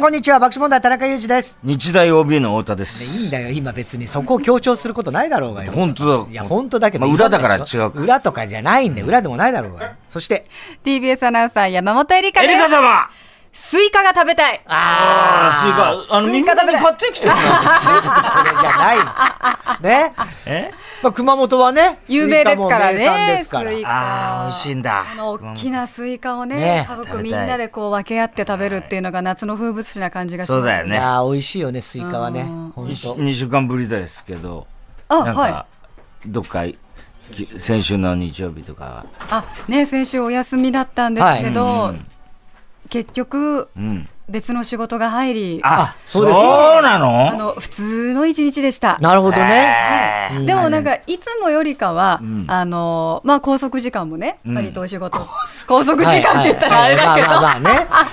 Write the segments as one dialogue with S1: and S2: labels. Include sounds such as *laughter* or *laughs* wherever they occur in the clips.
S1: こんにちは。爆笑問題、田中裕二です。
S2: 日大 OB の太田です。
S1: いいんだよ、今別に。そこを強調することないだろうがよ。
S2: 本当だ。
S1: いや、本当だけど。
S2: まあ裏だから違うか
S1: 裏とかじゃないんで、裏でもないだろうが。そして、
S3: TBS アナウンサー山本エリカ
S2: エ
S3: で
S2: リカ
S3: す。
S2: 様
S3: スイカが食べたい。
S1: あ
S2: スイカ、あの、
S3: ス
S2: み
S3: イ
S2: んな
S3: カ食べ
S2: で
S3: たい
S2: 買ってきてるな。
S1: ー、それじゃない。ね。
S2: え
S1: まあ、熊本はね、
S3: 有名ですからね
S1: スイカも名産ですから
S3: スイカ
S2: あー、美味しいんだ。
S3: あの大きなスイカをね
S1: ね
S3: 家
S2: 食
S3: 族
S2: べたい
S3: みんなでこう分け合って食べるっていうのが夏の風物詩な感じがします
S2: そうだよ
S1: い
S2: ね
S1: やー、美味しいよね、スイカはね
S3: うん。
S1: 本当。
S2: 2週間ぶりですけど、
S3: あ
S2: なん
S3: は
S2: か、どっか、き先週の日曜日とかは、
S3: いあね先週お休みだったんですけど、結局
S2: うん。
S3: 別の仕事が入りあ
S2: あ、
S1: そう
S2: そう
S1: です
S2: なの
S3: の普通の一日でした
S1: なるほどね。
S2: えー
S3: でもなんかいつもよりかは、
S2: ん
S3: あのまあ拘束時間もね
S2: ん
S3: 割とお仕事、拘束時間って言ったらあ
S1: はい
S3: れだけど、
S1: まあまあ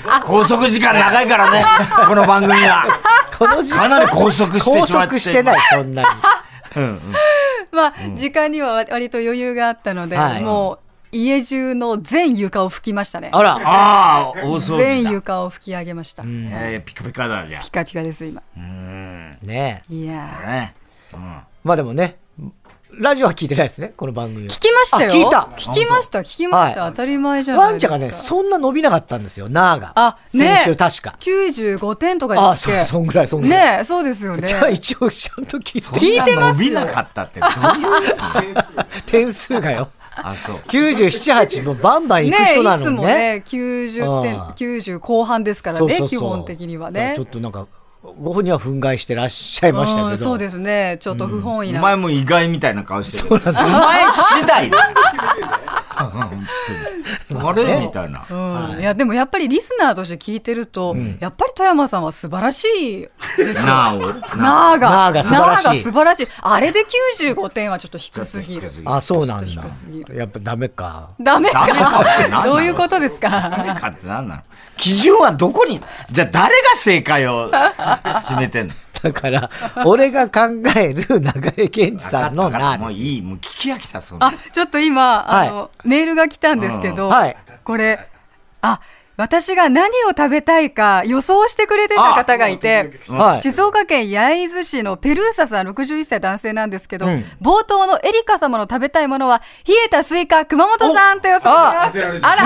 S1: まあね。
S2: 拘束時間長いからね、この番組は。
S1: この時
S2: かなり拘束して
S1: 拘
S2: しまって。
S1: 束してない、そんなに。
S2: うんうん。
S3: まあ、時間には割割と余裕があったので、
S1: はい
S3: もう家中の全床を拭きましたね
S1: あら。
S2: ああ、大掃
S3: 全
S2: 除だ。
S3: 床を拭き上げました、
S2: えーピカピカだじゃん
S3: ピ。カピカです今
S2: うん。
S1: ね
S3: いや
S2: ね。うん。
S1: まあでもね、ラジオは聞いてないですね、この番組は
S3: ー聞きましたよ
S1: あ聞いた
S3: 聞きました聞きました、
S1: はい
S3: 当たり前じゃな
S1: ワ
S3: い
S1: ン
S3: で
S1: ちゃん
S3: すか
S1: がね、そんな伸びなかったんですよ、ナーが。
S3: あね
S1: 先週確か。
S3: 95点と
S1: あ、
S3: かです
S1: そ
S3: っ
S1: う、
S3: け
S1: そんぐらい、そんぐらい。
S3: ねえそうですよね
S1: じゃあ一応ちゃんと聞いて、
S3: 聞いてますよ
S2: そんな伸びなかったってどういう
S1: 点数がよ。
S2: あ、そう。
S1: 97、8、もうバンバン行く人な
S3: ねえいつ
S1: のに
S3: も
S1: ね。
S3: ね90点
S1: ああ
S3: 90後半ですからね
S1: そうそうそう
S3: 基本的には
S1: だか
S3: ね
S1: らちょっとなんか、ご本人は憤慨してらっしゃいました
S3: う
S1: けど。
S3: んそうですねちょっと不本
S2: *laughs*
S3: 意
S2: お
S3: な、
S2: 前も意外みたいな顔してる。お前次第だよ。本当に。あれみたいな。
S3: うんいやでもやっぱりリスナーとして聞いてると、やっぱり富山さんは素晴らしいですよ
S2: なあ、お
S3: なあが、
S1: なあが素晴らしい
S3: なあが素晴らしいあれで95点はちょっと低すぎる。
S1: あ、そうなん
S3: ちょっ
S1: だ
S3: と低すぎ。る
S1: やっぱダメか。
S3: ダメ
S2: ダメかって
S3: か
S2: 何なの
S3: どういうことですか
S2: *laughs* 誰かって何なの基準はどこに、じゃあ誰が正解を決めてんの
S1: だから、俺が考える長江健二さんの
S2: 分か
S1: ナ
S2: *laughs* ったも
S1: ー
S2: う
S1: です。
S2: いい、もう聞き飽きた、そんな
S3: あ、ちょっと今、
S1: はい
S3: あの、メールが来たんですけど、
S1: うんはい
S3: これ、あ、私が何を食べたいか予想してくれてた方がいて、
S1: はい
S3: 静岡県焼津市のペルーサさん61歳男性なんですけど、
S1: ん
S3: 冒頭のエリカ様の食べたいものは、冷えたスイカ、熊本さんと予想し
S1: あ
S3: ます。あ
S1: す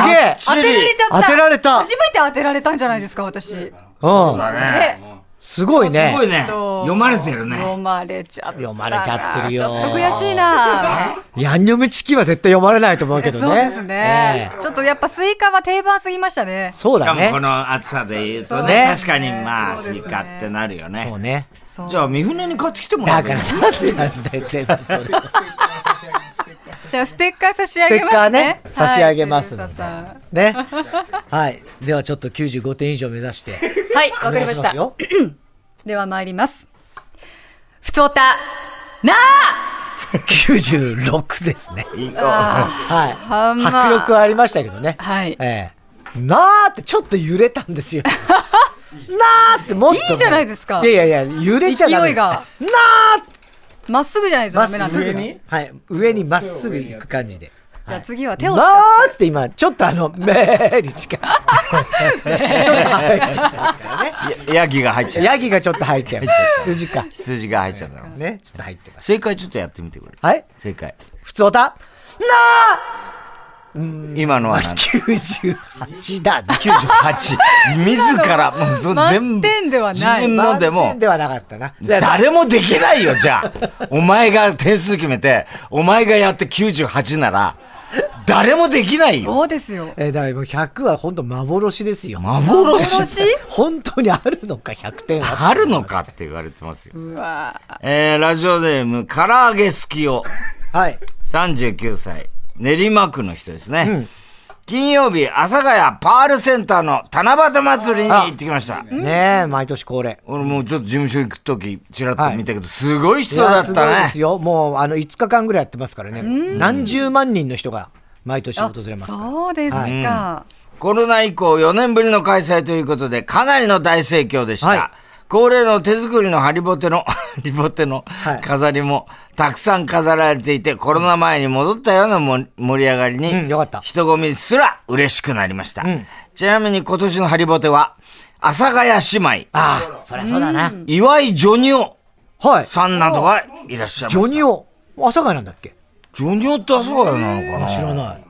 S1: げえ
S3: 当てられちゃった。
S1: 当てられた
S3: 初めて当てられたんじゃないですか、私。
S1: うん。
S3: ね
S1: すごいね。
S2: すごいね。読まれてる
S3: 読
S2: ね。
S3: まれちゃったな。
S1: 読まれちゃってるよ
S3: ちょっと悔しいな。
S1: ヤンニョムチキは絶対読まれないと思うけどね。
S3: そうですね、
S1: ええ
S3: ちょっとやっぱスイカは定番すぎましたね。
S1: そう
S2: し
S1: だ
S2: かも
S1: ね
S2: こ。の暑さで言うと
S1: そう
S2: ね
S1: ね、
S2: 確かにまあ、
S3: そうです
S2: スイ
S3: ね
S2: カってなるよね
S1: そう。ね。
S3: そう
S2: じゃあ、三船に買ってきてもら
S1: だ
S2: う
S1: からなんなんだよ、全部それ。
S3: じゃあステッカー差し上げま
S1: ステッ
S3: すね。
S1: カーね
S3: はい
S1: 差し上げますので
S3: テルサさん
S1: ね。はい。ではちょっと95点以上目指して。
S3: はい、わかりました。
S1: お願いますよ
S3: では参ります。ふつおた、なあ
S1: 96ですね。
S2: いいか
S1: はい。
S3: んま
S1: 迫力はありましたけどね。
S3: はい。
S1: ええ。なーってちょっと揺れたん
S3: *laughs*
S1: ですよ。なーってもっと。
S3: いいじゃないですか
S1: いやいやいや、揺れちゃダメ
S3: 勢いが。
S1: なーって。
S3: まっすぐじゃないです
S1: ま
S3: か、
S1: っ
S3: ダメなんですすよ
S1: ぐ。
S3: じ
S1: に。はい。上にまっすぐ行く感じで。
S3: ゃあ次は手
S1: な
S3: を使
S1: ーって今、ちょっとあの、 *laughs* めーに近い。ちょっ *laughs* と入っちゃってますからね。
S2: やヤギが入っちゃう。
S1: ヤギがちょっと入っちゃう。羊か。
S2: 羊が入っちゃったの。
S1: ね、ちょっと入ってます。
S2: 正解ちょっとやってみてくれ。
S1: はい。
S2: 正解。
S1: 普通おた
S2: 今のは何
S1: ?98 だ。
S3: *laughs*
S2: 98。自ら、もうそ全
S3: 満
S2: 部。
S3: 点ではな
S2: 自
S3: い
S2: 分ので
S1: 満
S2: も
S1: 点、ではなかったな。じゃあ
S2: 誰もできないよ、じゃあ。お前が点数決めて、お前がやって98なら、誰もできないよ。
S3: そうです
S1: *laughs*
S3: よ。
S1: えーだからもう100は本当幻ですよ。
S2: 幻
S3: 幻
S1: 本当にあるのか、100点は。
S2: あるのかって言われてますよ。
S3: うわぁ
S2: えー、ラジオネーム、唐揚げ好きを。
S1: はい。
S2: 39歳、練馬区の人ですね。金曜日、阿佐ヶ谷パールセンターの七夕祭りに行ってきました。
S1: ねえ、毎年恒例。
S2: 俺もうちょっと事務所行くとき、ちらっと見たけど、すごい人
S1: い
S2: だ
S1: や
S2: っ
S1: すごい
S2: た
S1: で
S2: ね
S1: す。よ。もう、あの、5日間ぐらいやってますからね。何十万人の人が毎年訪れますから。
S3: そうですか。
S2: コロナ以降4年ぶりの開催ということで、かなりの大盛況でした。
S1: はい
S2: 恒例の手作りのハリボテの、 *laughs* ハリボテの
S1: い
S2: 飾りもたくさん飾られていて、コロナ前に戻ったようなもん盛り上がりに、
S1: うんよかった
S2: 人混みすら嬉しくなりました。
S1: ん
S2: ちなみに今年のハリボテは、阿佐ヶ谷姉妹、
S1: ああ、そりゃそうだな。
S2: 岩井ジョニオ
S1: はい。
S2: さんなどがいらっしゃいます。
S1: ジョニオ、阿佐ヶ谷なんだっけ
S2: ジョニオって阿佐ヶ谷なのかな
S1: 知らない。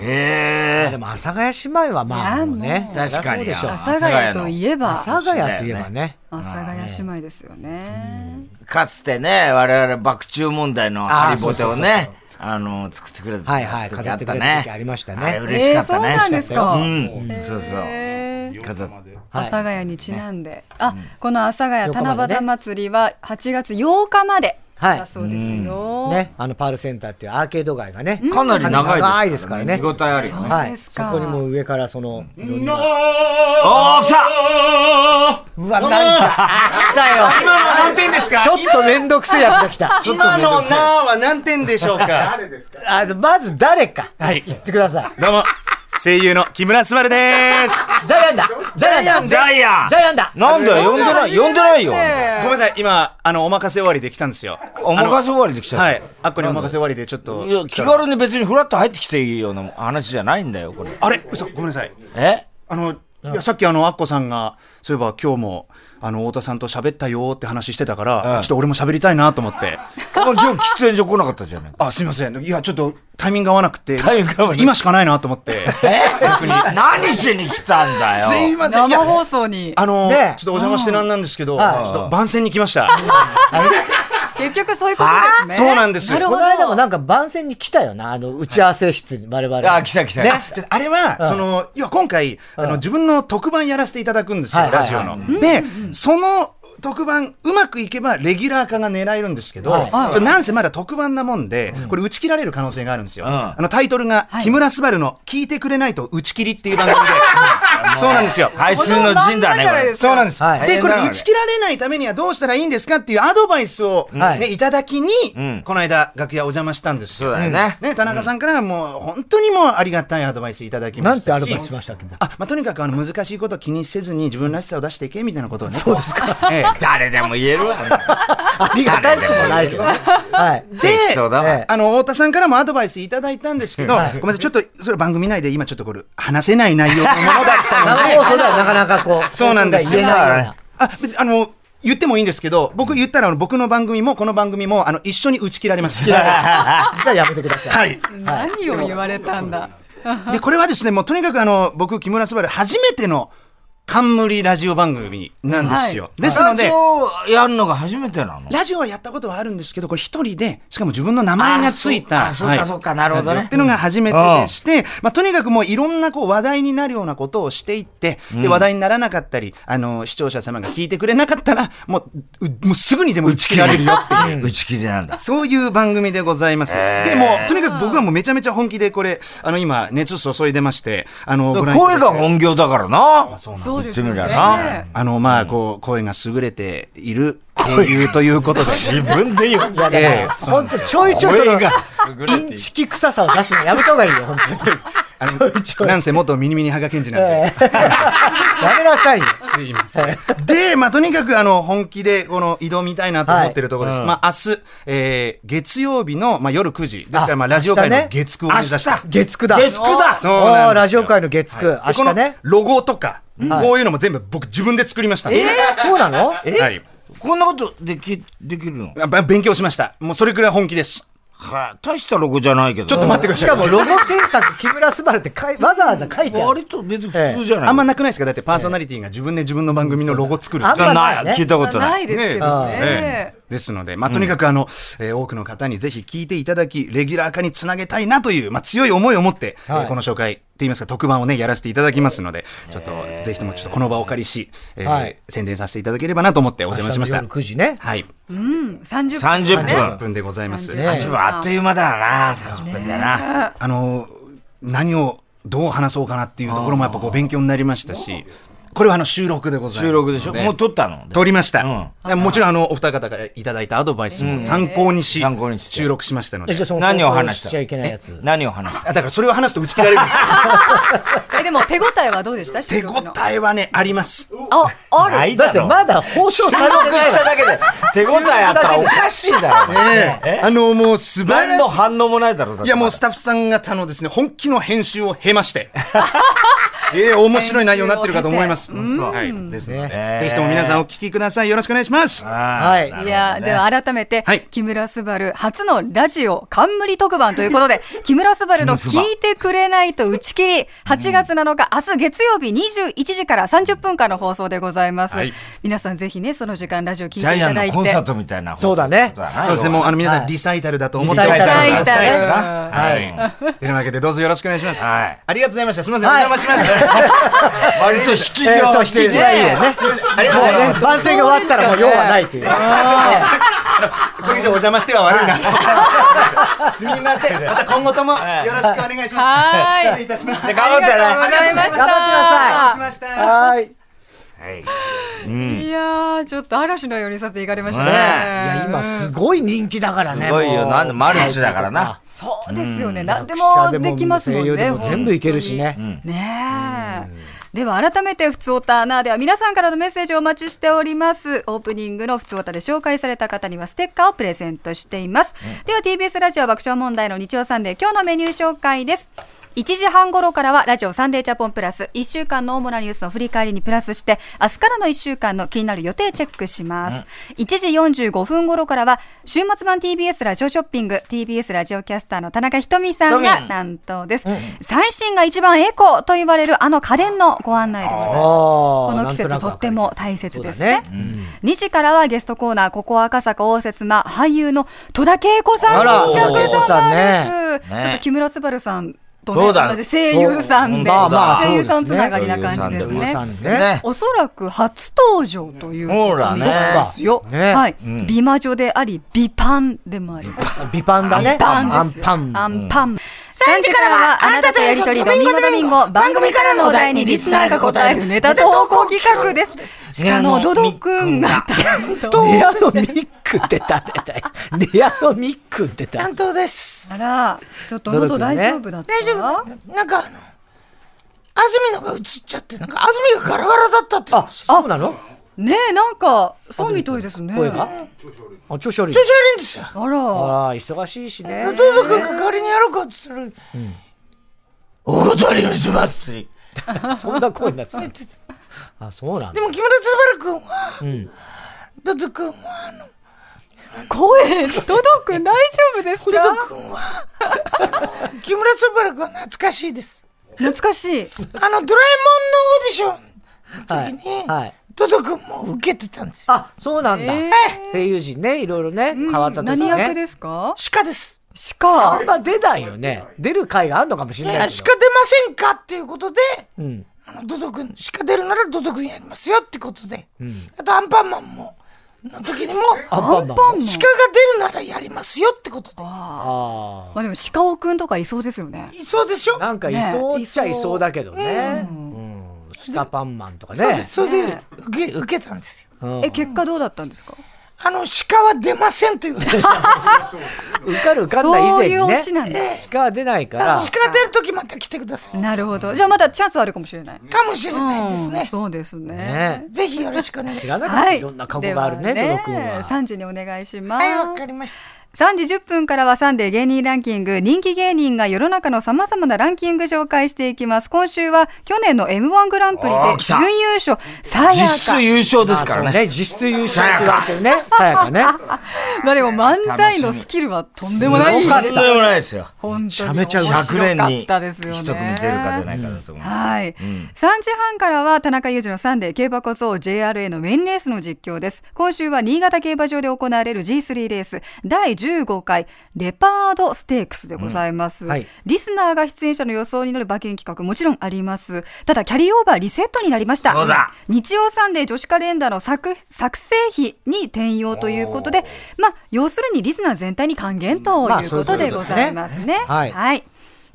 S2: へ
S1: で
S2: え。
S1: も、阿佐ヶ谷姉妹はま
S3: いや
S1: あ、もうね。
S2: もう確かに
S1: そりゃそうでしょ
S3: 阿佐ヶ谷といえ
S1: 阿
S3: ば、
S1: 佐ヶ谷といえばね。
S3: 阿佐ヶ谷姉妹ですよね。
S2: かつてね、我々爆中問題のハリボテをね、あの、作ってくれた時
S1: はいはい
S2: あった
S1: 飾ってくれた
S2: ね。
S1: 時ありましたね
S2: あれ嬉しかったね。
S3: えーそうなんですか
S2: うん、そうそう。
S3: へー
S2: 飾っ
S1: は
S3: 阿
S1: い
S3: 佐ヶ谷にちなんで、あ、この阿佐ヶ谷
S1: 八日までね
S3: 七夕祭りは8月8日まで
S1: はい
S3: だそうですよ。
S1: ね、あのパールセンターっていうアーケード街がね、
S2: かなり長いです
S1: か
S2: からら
S1: ね。
S2: ね。見応えあるよね。
S1: は
S3: そう
S1: い、
S3: です
S1: そ
S3: か
S1: こにもう上からその、いろんな
S2: おー、来た
S1: うわ、なんか、あ来たよ。
S4: 今の何点ですか
S1: ちょっとめんどくせえやつが来た。
S4: 今のなーは何点でしょうか
S1: あのまず誰か、
S4: はい
S1: 言ってください。
S4: どうも、声優の木村昴です。
S1: ジャイアンだジャイアンだ
S2: ジャイアン
S1: ジャイアンだ
S2: なんだよ、呼んでない、呼んでないよ。
S4: *laughs* ごめんなさい、今、あの、お任せ終わりで来たんですよ。
S2: お任せ終わりで来ちゃった。
S4: はい。あっこにお任せ終わりでちょっと。
S2: いや、気軽に別にフラッと入ってきていいような話じゃないんだよ、これ。
S4: あれ嘘、ごめんなさい。
S2: え
S4: あの、いや、さっきあの、アッコさんが、そういえば今日も、あの、太田さんと喋ったよーって話してたから、あちょっと俺も喋りたいなと思って。
S2: お前今日喫煙所来なかったじゃないか。
S4: あ、すみません。いや、ちょっとタイミング合わなくて、
S2: タイミング合わなくて
S4: 今しかないなと思って。
S2: え何しに来たんだ
S4: すい
S2: よ。
S4: ません。い
S3: 生
S4: や
S3: 放送に
S4: あの
S1: ねえ
S4: ちょっとお邪魔してなんなんですけど、ち
S1: はい
S4: ょっと番宣に来ました。
S3: 結局そういうことですね。
S4: あそうなんですよ
S3: なる
S1: こ
S3: ほ
S1: の
S3: ど
S1: 間もなんか番宣に来たよな、あの、打ち合わせ室に、我々。
S2: あ、来た来た。
S1: ね
S4: じゃああれは、その、要は今回、あの、自分の特番やらせていただくんですよ、
S1: はいはいは
S4: ラ
S1: い
S4: ジオの。で、その、特番、うまくいけば、レギュラー化が狙えるんですけど、ちょっとなんせまだ特番なもんで、これ打ち切られる可能性があるんですよ。
S2: ん
S4: あの、タイトルが
S3: は、い
S4: 木村昴の、聞いてくれないと打ち切りっていう番組で。そうなんですよ。
S2: 排水の陣だね、これ。
S4: そうなんです。
S1: はい
S4: で、これ
S2: はい
S4: 打ち切られないためにはどうしたらいいんですかっていうアドバイスを
S1: は
S4: ね、
S1: い
S4: いただきに
S2: ん、
S4: この間楽屋お邪魔したんです
S2: そう
S4: よ。
S2: だよね。
S4: ね、田中さんからもう本当にもうありがたいアドバイスいただきま
S1: なん
S4: してた
S1: ア
S4: し。
S1: ルバイトしましたっけ僕
S4: あ、まあ、とにかくあの難しいことを気にせずに自分らしさを出していけみたいなことをね。そうですか。え
S2: 誰でも言えるわ。
S1: ありがたいこともないけど。はい。
S4: え、
S2: 適当だ
S1: え
S2: わ
S1: え。
S4: あの、太田さんからもアドバイスいただいたんですけど、ごめんなさい、ちょっと、それ番組内で今ちょっとこれ、話せない内容のものだったの
S1: 生
S4: で、
S1: 放送ではなかなかこう、
S4: そうなんですよ
S1: 言えないような
S4: あ、別にあの、言ってもいいんですけど、僕言ったらあの僕の番組もこの番組も、あの、一緒に打ち切ら
S2: *laughs*
S4: れます。
S1: じゃあやめてください。
S4: はい。
S3: 何を言われたんだ。
S4: で、これはですね、もうとにかくあの、僕、木村昴、初めての冠ラジオ番組なんですよ。
S3: は
S4: ですの
S2: ラジ
S4: で、
S2: オやるのが初めてなの
S4: ラジオはやったことはあるんですけど、これ一人で、しかも自分の名前がついた。
S2: あそうあそうか
S4: はい
S2: そうかなるほどね
S4: ラジオっていうのが初めてでして、まあ、とにかくもういろんなこう話題になるようなことをしていって、で、話題にならなかったり、あの、視聴者様が聞いてくれなかったら、もう、うもうすぐにでも打ち切られるよっていう。
S2: 打ち切りなんだ。
S4: そういう番組でございます。でも、とにかく僕はもうめちゃめちゃ本気でこれ、あの今、熱注いでまして、あの、ご覧いただい
S2: 声
S4: て
S2: が本業だからな。
S3: そうですよね
S2: 言ってみりゃ
S4: あの、まあ、こう、声が優れている声優ということで。
S2: 自分で言う。
S1: いや、だから、ほんとちょいちょいその、
S2: 声が
S1: インチキ臭さを出すのやめた方がいいよ、本当に。
S4: あの、なんせ元ミニミニハガケンジなんで。
S1: やめなさいよ。すいません。
S4: で、まあ、とにかく、あの、本気で、この、挑みたいなと思ってるところです。まあ、明日、えー、月曜日の、まあ、夜9時。ですから、まあ、
S1: あ
S4: ラジオ界
S1: 明日
S4: の
S1: ね
S4: 月9を目
S2: 明
S4: 指して
S2: 日。
S1: 月9だ。
S2: 月9だ
S4: そうなんですよ
S1: おーラジオ界の月9、
S4: はいで
S1: 明日ね
S4: こ。のロゴとか、こういうのも全部僕自分で作りましたんで。
S1: そうなの
S4: えはい。
S2: こんなことでき、できるの
S4: やっぱ勉強しました。もうそれくらい本気です。
S2: はい。大したロゴじゃないけど。
S4: ちょっと待ってくだ
S1: し
S4: さ
S1: か
S4: い。
S1: もロゴ制作木村昴ってかいわざわざ書いてある。
S2: 割と別に普通じゃない。
S4: あんまなくないですかだってパーソナリティが自分で自分の番組のロゴ作るって
S1: あんまないね
S2: 聞いたことない。
S3: ないですけど
S4: ね
S3: ね。
S4: ですので、まあ、とにかくあの、えー多くの方にぜひ聞いていただき、レギュラー化につなげたいなという、まあ、強い思いを持って、
S1: はい
S4: えーこの紹介って言いますか、特番をね、やらせていただきますので、ちょっと、ぜひともちょっとこの場をお借りし、えー
S1: はい
S4: 宣伝させていただければなと思ってお邪魔しました。
S1: 明日の夜9時ね。
S4: はい。
S3: うん30分です
S2: 30
S3: ね。
S4: 1
S2: 分。
S4: 分でございます。
S1: ね
S2: ちょっとあっという間だな、30分だな。
S4: あの、何を、どう話そうかなっていうところもやっぱご勉強になりましたし、これはあの収録でございますの。
S2: 収録でしょもう撮ったの
S4: 撮りました。
S2: うん
S4: だからもちろんあの、お二方からいただいたアドバイスも参考にし、
S2: 参考にして
S4: 収録しましたの
S1: え
S4: で
S1: じゃあ。その
S2: 何を話し
S1: 放送
S2: た
S1: しちゃいけないやつ。
S2: 何を話した
S4: あだからそれを話すと打ち切られる
S2: *laughs*
S4: んですよ。
S3: えでも手応えはどうでした？
S4: 手応えはね、あります。
S3: あある。
S2: ない
S1: だ
S2: だ
S1: って
S2: ろ。
S1: まだ放送
S2: 収
S1: されてない
S2: 録しただけで、手応えあったらおかしいだろ。え
S4: あの、もう素晴
S2: 何
S4: ら
S2: の
S4: し
S2: 反応もないだろ。だっ
S4: い。
S2: て
S4: いや、もうスタッフさん方のですね、本気の編集を経まして。 *laughs* ええ面白い内容になってるかと思います。
S3: うん
S4: はい。ですので、
S2: ね
S4: ぜひとも皆さんお聞きください。よろしくお願いします。
S1: はい
S2: なるほどね
S3: いや、では改めて、
S4: はい
S3: 木村昴初のラジオ冠特番とい
S2: *laughs*
S3: うことで、木村昴の聞いてくれないと打ち切り、8月7日、明日月曜日21時から30分間の放送でございます。
S4: はい
S3: 皆さんぜひね、その時間ラジオ聞いてい
S2: ジャイア
S3: た
S2: ン
S3: だ
S2: の
S3: いて。
S2: コンサートみたいな。
S1: そうだね
S4: そうですね、もうあの皆さん、リサイタルだと思っていただい
S1: リサイ
S4: てく
S1: タ
S4: だ
S1: ル
S4: さい。
S3: だ
S2: な
S4: はい。というわけで、どうぞよろしくお願いします。
S2: はい
S4: ありがとうございました。すみません、お邪魔しました。
S2: 割と引き
S1: えー、そう、
S2: 際
S1: 引き際いいよね。
S4: ありがとうございます。
S1: もうね番宣が終わったらもう用はないっていう。
S4: これ以上お邪魔しては悪いなと。すみません。また今後ともよろしくお願いします。
S3: はい
S4: 失礼いたします。頑
S2: 張ってね
S3: ありがとうございました。
S1: 頑張
S4: しました。
S1: はい。
S2: はい。
S3: いやー、ちょっと嵐のように去っていかれました
S2: ね
S3: ね。
S2: え
S1: いや、今すごい人気だからね。
S2: すごいよ
S1: もう
S2: なんでマルチだからな。
S3: そうですよね。何でもできますもん
S1: 役者
S3: ね。
S1: でも声優でも全部いけるしね
S3: 本当に。ねえ。では改めて、ふつおたなーでは皆さんからのメッセージをお待ちしております。オープニングのふつおたで紹介された方にはステッカーをプレゼントしています。では TBS ラジオ爆笑問題の日曜サンデー、今日のメニュー紹介です。1時半頃からはラジオサンデーチャポンプラス1週間の主なニュースの振り返りにプラスして明日からの1週間の気になる予定チェックします、1時45分頃からは週末版 TBS ラジオショッピング TBS ラジオキャスターの田中ひとみさん
S2: ひと
S3: が
S2: み
S3: 担当です、最新が一番エコと言われるあの家電のご案内でございます
S1: こ
S3: この季節とっても大切ですね。2時からはゲストコーナー、ここ赤坂応接間、俳優の戸田恵子さん
S1: あら
S3: のお客
S1: 戸田恵子さん
S3: 様
S1: ね
S3: で
S2: ね
S3: す。ちょっと木村昴さんと
S2: そ
S3: ね、
S2: うだ
S3: 同じ声優さんで、
S2: まあまあ
S3: 声優さ
S1: そ
S3: ん
S1: う
S3: つ
S1: ですね
S3: ながりな感じです
S1: 声優
S3: ね
S1: さん。で
S2: ね。
S3: おそらく初登場ということなんです
S1: ほ
S3: よ。
S1: らね
S3: はい、
S2: うん
S3: 美魔女であり、美パンでもあり。
S1: ビパンだね。
S3: パン
S1: ア
S3: で
S1: ン
S3: す
S1: パン。
S3: アンパン。3時からは、あなたとやりとり、ドミンゴドミンゴ、番組からのお題にリスナーが答えるネタ投稿企画です。
S2: ね
S3: 鹿
S2: あ
S3: の
S2: の
S3: ドドくんが担当。
S1: ネアのミックって誰だよ。ネアのミックって誰
S5: 担当です。
S3: あら、ちょっと喉大丈夫だった
S5: 大丈夫なんかあの、安住のが映っちゃって、なんか安住がガラガラだったって。
S1: あ、そうなの
S3: ねえ、なんか、そうみたいですね。
S1: 声があ、調子悪い
S5: 調。子悪いんですよ。
S3: あら、
S1: あら、忙しいしね。
S5: どうぞ君が代わりにやろうかって言ったら、お断りをします。で
S1: そんな声にな
S3: *laughs*
S1: ってた。あ、そうなんだ。
S5: も木村昴君は、ドド君は、
S3: 声、ドドくん大丈夫です
S5: ドド
S3: か
S5: 君は、木村昴君は懐かしいです。
S3: 懐かしい。
S5: あの、ドラえもんのオーディションの時に、
S1: はいはい
S5: ドド君も受けてたんですよ。
S1: あ、そうなんだ。声優陣ね、いろいろね、変わった時ね。
S3: 何役ですか
S5: 鹿です。
S1: あ
S3: 鹿
S1: ん。ま出ないよね。出る回があるのかもし
S5: い
S1: れな
S5: や、
S1: いけ
S5: し
S1: ど。
S5: か出ませんかっていうことで、
S1: うん。
S5: あのドド君しか出るならドド君やりますよってことで、あとアンパンマンもの時にも
S1: ア
S5: 鹿
S1: ン
S5: が
S1: パンマン。
S3: パンマン
S5: 出るならやりますよってことで
S1: あ
S3: まあでも、鹿尾くんとかいそうですよね。
S5: いそうでしょ
S1: あ。なんかいそうっちゃいそうだけどね。うん。スカパンマンとかね。
S5: それで
S3: ね
S5: 受け受けたんですよ
S1: うん
S3: え、結果どうだったんですか
S5: あの鹿は出ません
S2: *laughs*
S5: という鹿
S1: 受かる受かん
S3: そう
S1: ない以
S3: いう
S1: 前
S3: オ
S1: に
S3: チ
S1: ね。
S3: なんだ。
S1: 鹿は出ないから。
S5: が出る時また来てください
S3: なるほど。じゃあまだチャンスはあるかもしれない。
S5: かもしれないです
S3: うん
S5: ね、
S3: そうですね。
S1: ね
S5: ぜひよろしくお願いし
S1: 知
S5: ま
S1: ら
S5: す
S1: なかった。いろんな過去があるね、
S3: では
S1: ドド君は。
S3: 3時にお願いします。
S5: はいわかりました
S3: 3時10分からはサンデー芸人ランキング、人気芸人が世の中のさまざまなランキング紹介していきます。今週は去年の M1 グランプリで
S2: あー来た
S3: 準優勝、さ
S2: *laughs* 実
S3: や
S2: 質
S3: か。
S2: 優勝です
S1: ま
S2: か
S1: あそ
S2: ら
S1: う
S2: ね。
S1: ね、実質優勝って言われてるね。さやかね。
S3: まあでも漫才のスキルはとんでもない
S1: すごか
S2: と
S1: っ
S2: ん
S1: た
S2: でもないですよ。
S3: 本当に
S1: めちゃめちゃ
S3: 面白
S2: 100年
S3: か
S2: に
S3: ったですよね
S2: 一組出るか出ないかだと思う。
S3: はい、3時半からは田中裕二のサンデー競馬こそ JRA のメインレースの実況です今週は新潟競馬場で行われる G3 レース第15回レパードステークスでございます、
S1: うんはい
S3: リスナーが出演者の予想に乗る馬券企画もちろんありますただキャリーオーバーリセットになりました
S2: そうだ
S3: 日曜サンデー女子カレンダーの作作成費に転用ということでまあ要するにリスナー全体に還元と
S1: まあ
S3: いうことでございますね
S1: はい
S3: はい。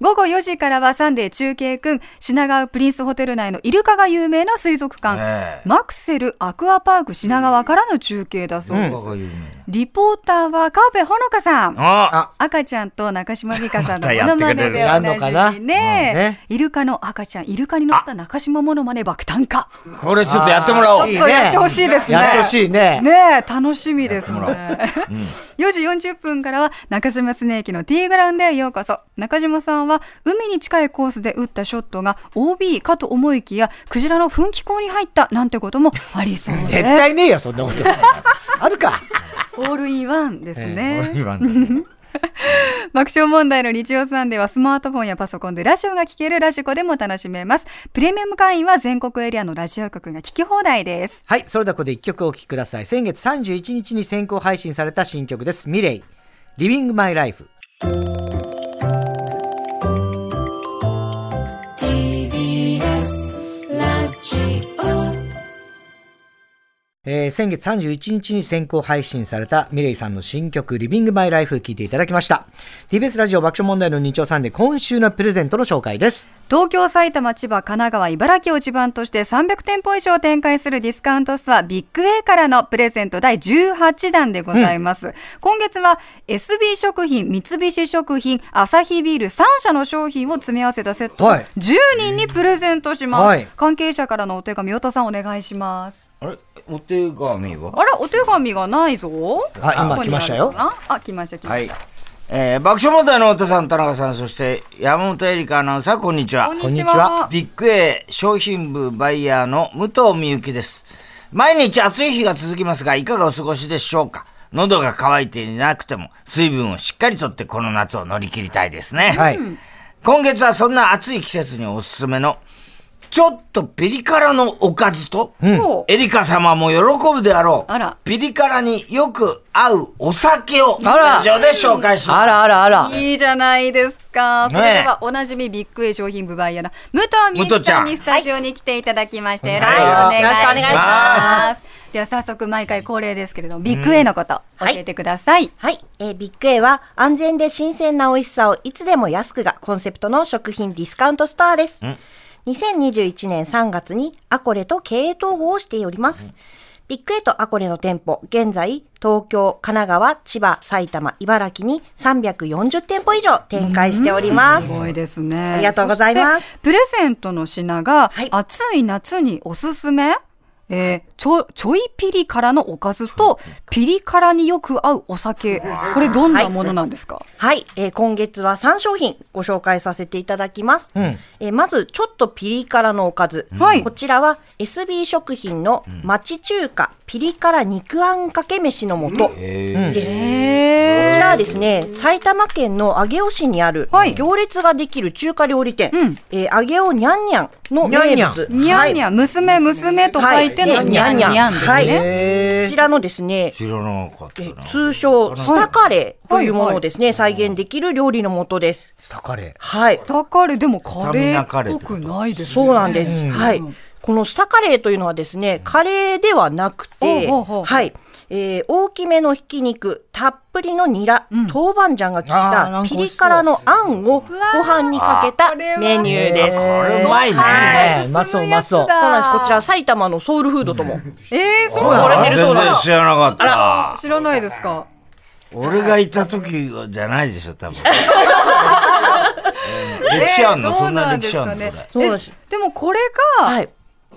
S3: 午後4時からはサンデー中継くん、品川プリンスホテル内のイルカが有名な水族館、
S2: ねえ
S3: マクセルアクアパーク品川からの中継だそうです。
S2: ここ有名な。
S3: リポーターは川辺ほのかさん。
S2: あ
S3: 赤ちゃんと中島美香さん
S2: ま
S3: の
S2: た
S3: モ
S2: や
S3: ノ
S2: って
S3: マ
S2: くれ
S3: ネ
S2: る
S3: でおなじ
S1: やんのかな
S3: み
S1: うん
S3: ね
S1: ね
S3: イルカの赤ちゃん、イルカに乗った中島モノマネ爆誕
S2: あ、
S3: 化。
S2: これちょっとやってもらおう
S1: いい。ね
S3: ちょっとやってほしいですね
S1: やってほしいね。
S3: ねえ、楽しみですね。4時40分からは中島常駅のティーグラウンドへようこそ。中島さんは海に近いコースで打ったショットが OB かと思いきや、クジラの噴気口に入ったなんてこともありそうです。
S1: 絶対ねえよ、そんなこと。あるか。
S3: オールインワンですね。
S2: 言わんと
S3: *laughs* 爆笑問題の日曜サンデーはスマートフォンやパソコンでラジオが聴けるラジコでも楽しめます。プレミアム会員は全国エリアのラジオ局が聞き放題です。
S1: はい、それではここで一曲お聴きください。先月31日に先行配信された新曲です。ミレイ、リビングマイライフ。えー先月31日に先行配信されたミレイさんの新曲、リビングマイライフ聴いていただきました。TBS ラジオ爆笑問題の日曜サンデー、今週のプレゼントの紹介です。
S3: 東京、埼玉、千葉、神奈川、茨城を地盤として300店舗以上展開するディスカウントストアビッグ A からのプレゼント第18弾でございます。今月は SB 食品、三菱食品、アサヒビール3社の商品を詰め合わせたセットを
S1: はい
S3: 10人にプレゼントします。
S1: はい
S3: 関係者からのお手紙、太田さんお願いします。
S2: あれお手紙は
S3: あら、お手紙がないぞ。
S1: あ今
S3: ここに
S1: 来ましたよ
S3: あるかな。あ、来ました、来ま
S2: はい
S3: し。
S2: えー、爆笑問題の太田さん、田中さん、そして山本エリカアナウンサー、こんにち
S3: た。
S2: は。
S3: こん
S1: こん
S3: に
S1: に
S3: ち
S1: ち
S3: は
S1: は。
S2: ビッグ A 商品部バイヤーの武藤美幸です。毎日暑い日が続きますが、いかがお過ごしでしょうか喉が渇いていなくても、水分をしっかりとってこの夏を乗り切りたいですね。
S1: はい。
S2: 今月はそんな暑い季節におすすめの、ちょっとピリ辛のおかずと、
S3: お
S2: エリカ様も喜ぶであろう
S3: あら
S2: ピリ辛によく合うお酒を、
S1: あら
S2: ラジオで紹介します。
S1: あらあらあら。
S3: いいじゃないですか。
S2: ね
S3: それでは、おなじみビッグ A 商品部バイヤーの武藤美
S2: 武
S3: 幸
S2: 藤ち
S3: さ
S2: ゃ
S3: ん
S2: ん
S3: にスタジオに来ていただきまして、よろしくお
S2: はい
S3: 願いし
S6: よろしくお願いし
S3: ま。
S6: ます
S3: では早速毎回恒例ですけれども、ビッグ A のこと教えてください。
S6: はい、えービッグ A は安全で新鮮な美味しさをいつでも安くがコンセプトの食品ディスカウントストアです。2021年3月にアコレと経営統合をしております。ビッグ A とアコレの店舗、現在、東京、神奈川、千葉、埼玉、茨城に340店舗以上展開しております。
S3: すごいですね。あ
S6: りがとうございます。
S3: プレゼントの品が、
S6: はい
S3: 暑い夏におすすめ、えーちょ、ちょいピリ辛のおかずと、ピリ辛によく合うお酒。これどんなものなんですか、
S6: はい、えー今月は3商品ご紹介させていただきます。えーまず、ちょっとピリ辛のおかず。
S3: はい
S6: こちらは SB 食品の町中華ピリ辛肉あんかけ飯の素です。
S3: え
S6: こちらはですね、埼玉県の上尾市にある
S3: はい
S6: 行列ができる中華料理店、えー上尾にゃんにゃんの名物。
S1: にゃんにゃ
S3: ー、にゃんにゃん、娘、娘と書いての
S6: はい
S3: にゃんにゃんですね。
S6: はい
S1: え
S6: こちらのですね、
S2: 知らなかった
S6: え
S2: な。
S6: 通称スタカレーというものをですね、再現できる料理の素です。
S1: スタカレー。
S6: はい。
S3: だからでもカレーっぽくないですね。
S6: そうなんです。はい。このスタカレーというのはですね、カレーではなくて、
S3: おうおうおう
S6: はい。えー大きめのひき肉、たっぷりのニラ、豆板醤が効い
S1: あー
S6: た
S1: なんか
S6: ピリ辛のあんをご飯にかけた
S3: これは
S6: メニューです。
S2: これうまいね。
S1: ねえ
S3: 進む
S1: う
S3: やつだ
S1: まそううまそう。
S6: そうなんです。こちら埼玉のソウルフードとも。
S3: えー、そう
S6: こ
S3: な
S6: れ
S3: ん
S6: あ
S3: で
S6: 出るそう
S2: 全
S6: だ
S2: 然知らなかった。
S3: 知らないですか。
S2: 俺がいた時じゃないでしょ、多分。うん *laughs* 歴史あんの、
S3: えー
S2: そんな歴史あんの、
S3: どうな
S2: これ
S3: んですか
S6: そうなん
S3: ね
S6: です
S3: えでもこれ
S6: は
S3: が
S6: い。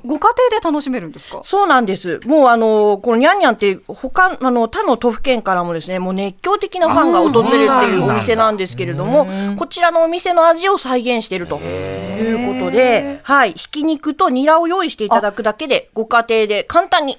S3: ご家庭で楽しめるんですか。
S6: そうなんです。もうあの、このニャンニャンって他、あの、他の都府県からもですね、もう熱狂的なファンが訪れるっていうお店なんですけれども、こちらのお店の味を再現しているということで、はい、ひき肉とニラを用意していただくだけで、ご家庭で簡単に、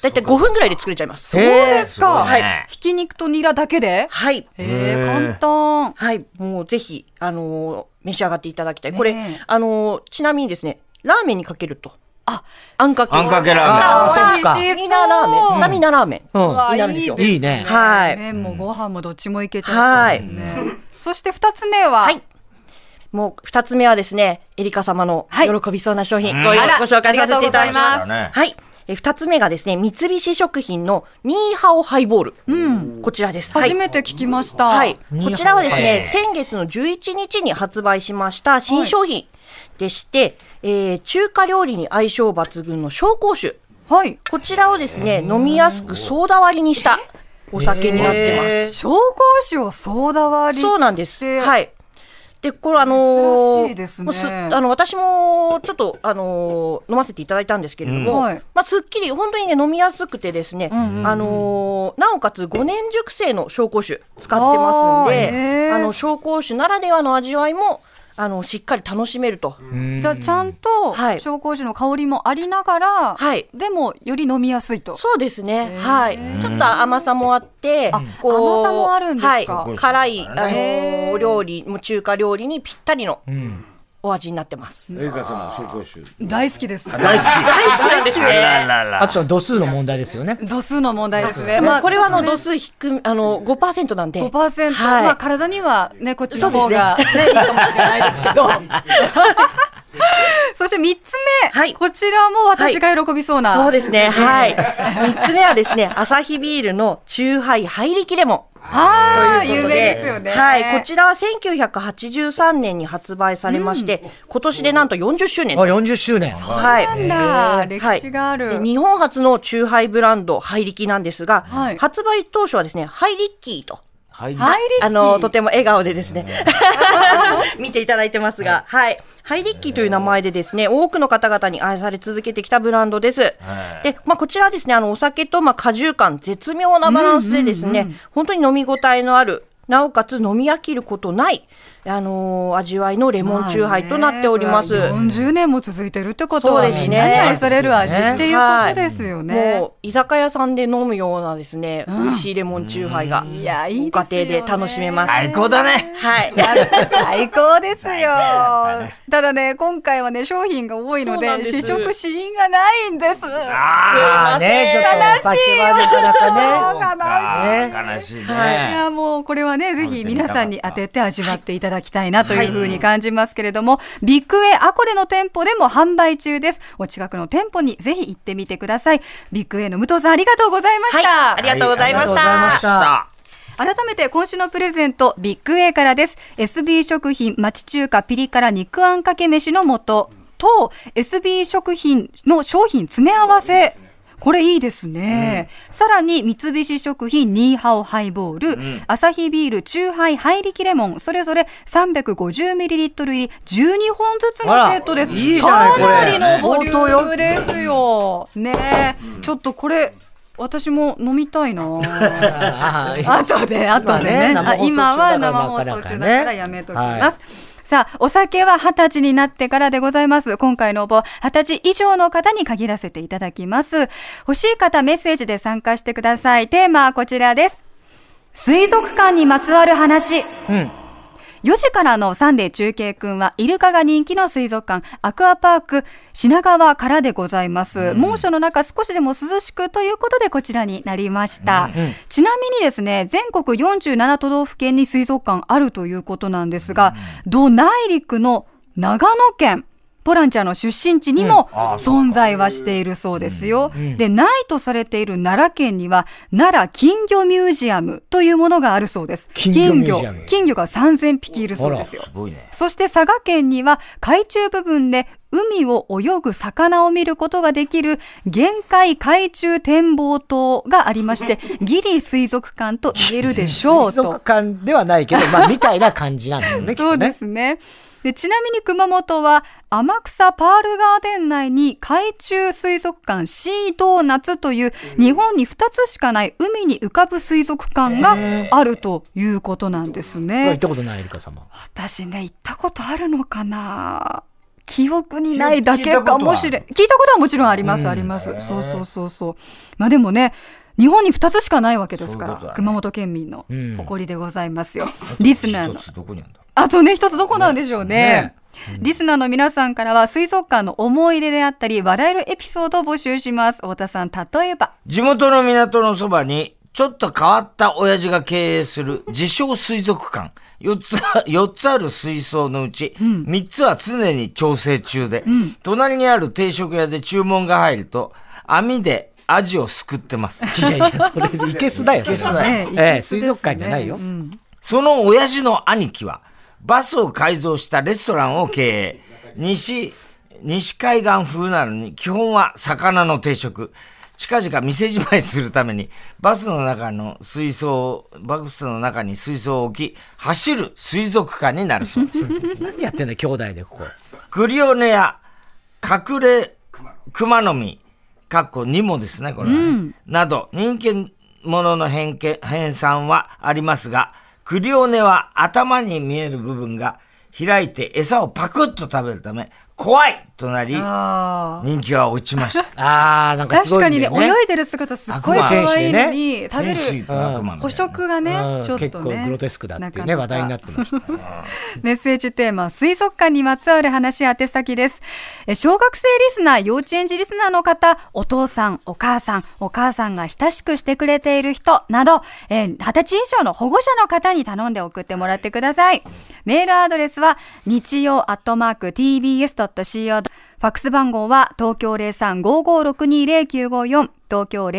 S6: だいたい5分ぐらいで作れちゃいます。
S1: え
S3: そうですか。
S2: すごいね
S3: はいひき肉とニラだけで。
S6: はい。
S3: えー、簡単。
S6: はい、もうぜひ、あのー召し上がっていただきたい。
S3: ねえ
S6: これ、あのーちなみにですね、ラーメンにかけると。あ、あんかけ。
S2: あんかけラーメン
S6: あ
S1: そ
S6: そうう
S1: か
S6: スタミナラーメン。スタミナラーメン。
S1: うん
S6: になるんですよ
S1: いいね
S6: はい
S3: 麺もご飯もどっちもいけちゃうそうですね。そして二つ目は。
S6: はい。もう二つ目はですね、エリカ様の
S3: はい
S6: 喜びそうな商品、
S3: あ
S6: ご
S3: ら
S6: ご紹介
S3: ありが
S6: させていただき
S3: とうござい
S6: ま。
S3: ます
S2: だね。
S6: はい。え二つ目がですね、三菱食品のニーハオハイボール。こちらです。はい
S3: 初めて聞きました。
S6: はい。こちらはです
S2: は
S6: ね、
S2: い
S6: 先月の11日に発売しました新商品でして、えー中華料理に相性抜群の紹興酒。
S3: はい。
S6: こちらをですね、飲みやすくソーダ割りにしたお酒になってます。
S3: 紹興酒をソーダ割り
S6: そうなんです。
S3: で
S6: はい。で、これあのー
S3: 珍しいですね
S6: もうあの、私もちょっと、あのー飲ませていただいたんですけれども、
S3: うんはい
S6: まあ、すっきり、本当にね、飲みやすくてですね、あのーなおかつ5年熟成の紹興酒使ってますん
S3: あーへ
S6: で、
S3: ー
S6: あの、紹興酒ならではの味わいも、あの、しっかり楽しめると。
S3: じゃあちゃんと
S6: はい
S3: 紹興酒の香りもありながら、
S6: はい
S3: でもより飲みやすいと。
S6: そうですね。はい。ちょっと甘さもあって、
S3: 甘さもあるんですか
S6: はい
S3: そう
S2: ですね
S6: 辛い、あの
S3: へ
S6: ー
S3: ー
S6: 料理、もう中華料理にぴったりのお味になってます。
S7: エリカさんも紹興酒。
S3: 大好きです。
S7: 大好き。
S6: 大好きなんです
S2: あ
S6: ね。
S2: ららら。
S1: あとその度数の問題ですよね。
S3: 度数の問題ですね。
S6: まあ、これはあの
S3: ちょっ
S6: 度
S3: とね
S6: 数低め、あの5%なんで。
S3: 5%、
S6: はい
S3: まあ体にはねこっちの
S6: そ
S3: 方
S6: うで
S3: がね
S6: *laughs*
S3: いいかもしれないですけど。 *laughs* そして三つ目、
S6: はい
S3: こちらも私が喜びそうな。
S6: そうです
S3: *laughs*
S6: ね。はい。三つ目はですね、アサヒビールの中杯ハイリキレモン。
S3: ああ
S6: という
S3: 有
S6: こと
S3: 名ですよね。
S6: はい。こちらは1983年に発売されまして、今年でなんと40周
S1: あ、
S6: 年。
S1: 40周年。
S6: はい。
S3: なんだ歴
S6: はい
S3: 史がある。
S6: で日本初の中ハイブランド、ハイリキなんですが、
S3: はい
S6: 発売当初はですね、ハイリッキーと、
S2: はい。
S3: ハイリッキー
S6: あの、とても笑顔でです
S3: *laughs*
S6: ね、見ていただいてますが、はい。ハイリッキーという名前でですね、多くの方々に愛され続けてきたブランドです。で、まあ、こちらはですね、あの、お酒と、まあ、果汁感、絶妙なバランスでですね、本当に飲み応えのある、なおかつ飲み飽きることない、あのー味わいのレモンチューハイとなっております。
S3: 40年も続いてるってこと
S6: そ
S3: は、
S6: うですね
S3: みんなに愛される味っていうことですよね。
S6: もう居酒屋さんで飲むようなですね、美味しいレモンチューハイが
S3: いやいい
S6: ご
S3: で
S6: 家
S3: すよ
S6: 庭
S3: ね
S6: で楽しめます。
S2: 最高だね。
S6: はい。
S3: 最高ですよ。ただね、今回はね、商品が多いの
S6: そうな
S3: で
S6: ん、です
S3: 試食シーンがないんです。
S1: ああね、ちょっとお酒はなかなかね。
S2: あー悲しいね。
S3: いやもうこれはねぜひ皆さんに当てて味わっていただきたいなというふうに感じますけれども、ビッグウェイアコレの店舗でも販売中ですお近くの店舗にぜひ行ってみてくださいビッグウェイの武藤さんありがとうございました、
S6: はい。ありがとうございまし
S1: ありがとうござ
S6: た。
S1: いました。
S2: さあ。
S3: 改めて今週のプレゼントビッグ A からです SB 食品町中華ピリ辛肉あんかけ飯の素と SB 食品の商品詰め合わせこれいいですね、さらに三菱食品ニーハオハイボール、アサヒビールチューハイハイリキレモンそれぞれ 350ml 入り12本ずつのセットです
S1: あらいいじゃない
S3: かなりの
S1: これ
S3: ボリュームですよねえちょっとこれ私も飲みた
S1: *laughs*
S3: いな
S1: *laughs* あー
S3: あとで、あとでね。
S1: まあね
S3: あ今は生放送中
S1: 生
S3: だ
S1: 放送中だからね
S3: からやめときます。さあ、お酒は二十歳になってからでございます。今回の応募、二十歳以上の方に限らせていただきます。欲しい方、メッセージで参加してください。テーマはこちらです。水族館にまつわる話。4時からのサンデー中継くんは、イルカが人気の水族館、アクアパーク品川からでございます。猛暑の中、少しでも涼しくということで、こちらになりました。ちなみにですね、全国47都道府県に水族館あるということなんですが、土内陸の長野県、ボランチャーの出身地にも存在はしているそうですよ。で、ないとされている奈良県には、奈良金魚ミュージアムというものがあるそうです。
S1: 金魚ミュー
S3: 金魚
S1: ジアム、
S3: 金魚が3000匹いるそうですよ。
S2: すごいね。
S3: そして佐賀県には海中部分で海を泳ぐ魚を見ることができる限界海中展望塔があり
S1: *laughs*
S3: まして、ギリ水族館と言えるでしょう
S1: 水
S3: と
S1: 族。館ではないけど、
S3: *laughs*
S1: まあ、みたいな感じなんだよね、きっ
S3: そ
S1: と
S3: うで
S1: ね。
S3: すね。でちなみに熊本は天草パールガーデン内に海中水族館シードーナツという日本に2つしかない海に浮かぶ水族館があるということなんです
S1: 行っ
S3: ね。
S1: たことない、エリカ
S3: *laughs*
S1: 様。
S3: 私ね行ったことあるのかな記憶にないだけかもしれん聞いたことはもちろんあります、ありますそうそうそうそうまあでもね日本に2つしかないわけですから
S2: そういうことだね
S3: 熊本県民の
S1: ん
S3: 誇りでございますよ、リスナー
S2: 一
S3: の
S2: つどこにあるんだ
S3: あとね、一つどこなんでしょうね。リスナーの皆さんからは水族館の思い出であったり、笑えるエピソードを募集します。太田さん、例えば。
S2: 地元の港のそばに、ちょっと変わった親父が経営する自称水族館。4つ *laughs* あ、四つある水槽のうち、3つは常に調整中で、隣にある定食屋で注文が入ると、網でアジをすくってま
S1: *laughs*
S2: す。
S1: いやいや、それ、いけすだよ、それ
S2: いけすだよ
S3: ええいけ
S1: え
S3: すで
S1: え、
S3: す
S1: 水
S3: ね
S1: 族館じゃないよ。
S2: その親父の兄貴は、バスを改造したレストランを経営。西、西海岸風なのに、基本は魚の定食。近々店じまいするために、バスの中の水槽を、バスの中に水槽を置き、走る水族館になるそうです。
S1: 何やってんだ、兄弟でここ。
S2: クリオネア、隠れ熊の実、かっこ2もですね、これはね、など、人気者の偏見、編纂はありますが、クリオネは頭に見える部分が開いて餌をパクッと食べるため、怖いとなり、
S3: あ
S2: 人気は落ちました。
S1: あー、なん
S3: ー
S1: かす
S3: 確
S1: ごい
S3: か
S1: ん
S3: に
S1: だ
S3: ね
S1: よね。
S3: 泳いでる姿すっごい
S2: 悪魔
S3: 可愛いのに、
S1: 天
S3: 食べ
S2: 天使
S3: る
S2: と悪魔みたいな
S3: 捕食がね
S1: うん、
S3: ちょっとね
S1: 結構グロテスクだっていうね、
S3: な
S1: 話
S3: かなか
S1: 題になってました。
S3: メッセージテーマ、水族館にまつわる話宛先です。え小学生リスナー、幼稚園児リスナーの方、お父さん、お母さん、お母さんが親しくしてくれている人など、えー20歳以上の保護者の方に頼んで送ってもらってください。メールアドレスは、日曜アットマーク tbs.co。ファックス番号は、東京03-5562-0954。東京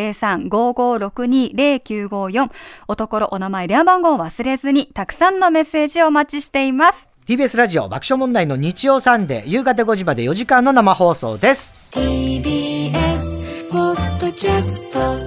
S3: 03-5562-0954。おところお名前、電話番号を忘れずに、たくさんのメッセージをお待ちしています。
S1: TBS ラジオ爆笑問題の日曜サンデー、夕方5時まで4時間の生放送です。
S7: TBS ポッドキャスト